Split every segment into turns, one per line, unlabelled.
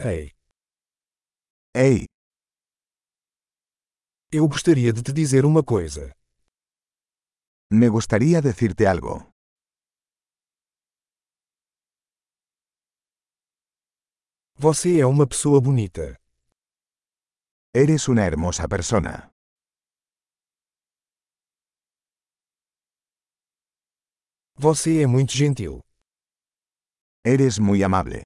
Ei,
Ei,
eu gostaria de te dizer uma coisa.
me gustaría decirte algo.
Você é uma pessoa bonita.
Eres una hermosa persona.
Você é muito gentil.
Eres muy amable.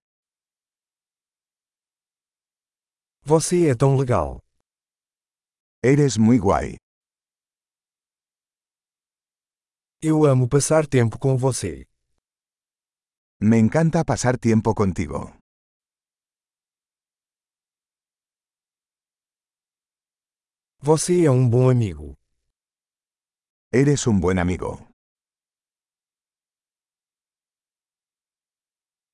Você é tão legal.
Eres muy guay.
Eu amo passar tempo com você.
Me encanta pasar tiempo contigo.
Você é um bom amigo.
Eres un buen amigo.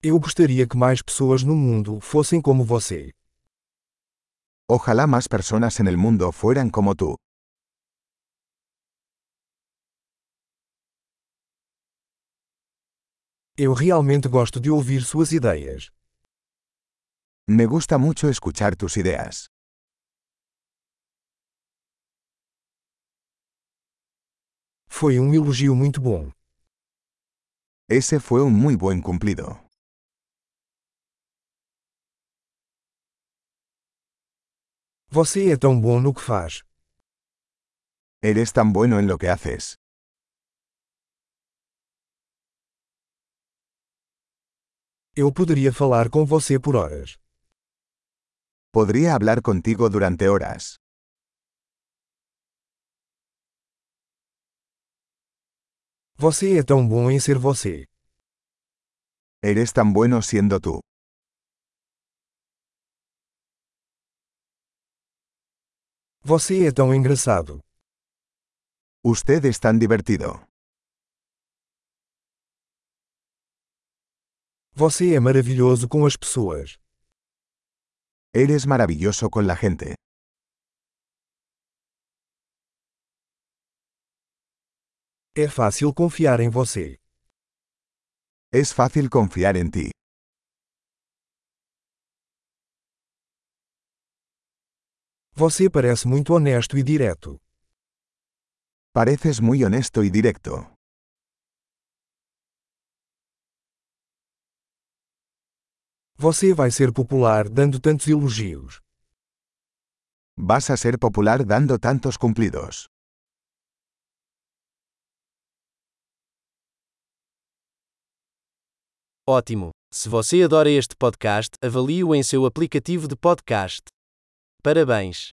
Eu gostaria que mais pessoas no mundo fossem como você.
Ojalá más personas en el mundo fueran como tú.
Eu realmente gosto de ouvir suas ideias.
Me gusta mucho escuchar tus ideas.
Foi um elogio muito bom.
Ese fue un muy buen cumplido.
Você é tão bom no que faz.
Eres tan bueno en lo que haces.
Eu poderia falar com você por horas.
Podría hablar contigo durante horas.
Você é tão bom em ser você.
Eres tan bueno siendo tú.
Você é tão engraçado.
Usted es tan divertido.
Você é maravilhoso com as pessoas.
Eres maravilloso con la gente.
É fácil confiar em você.
Es fácil confiar en ti.
Você parece muito honesto e direto.
Pareces muy honesto y directo.
Você vai ser popular dando tantos elogios.
Vas a ser popular dando tantos cumplidos.
Ótimo! Se você adora este podcast, avalie-o em seu aplicativo de podcast. Parabéns!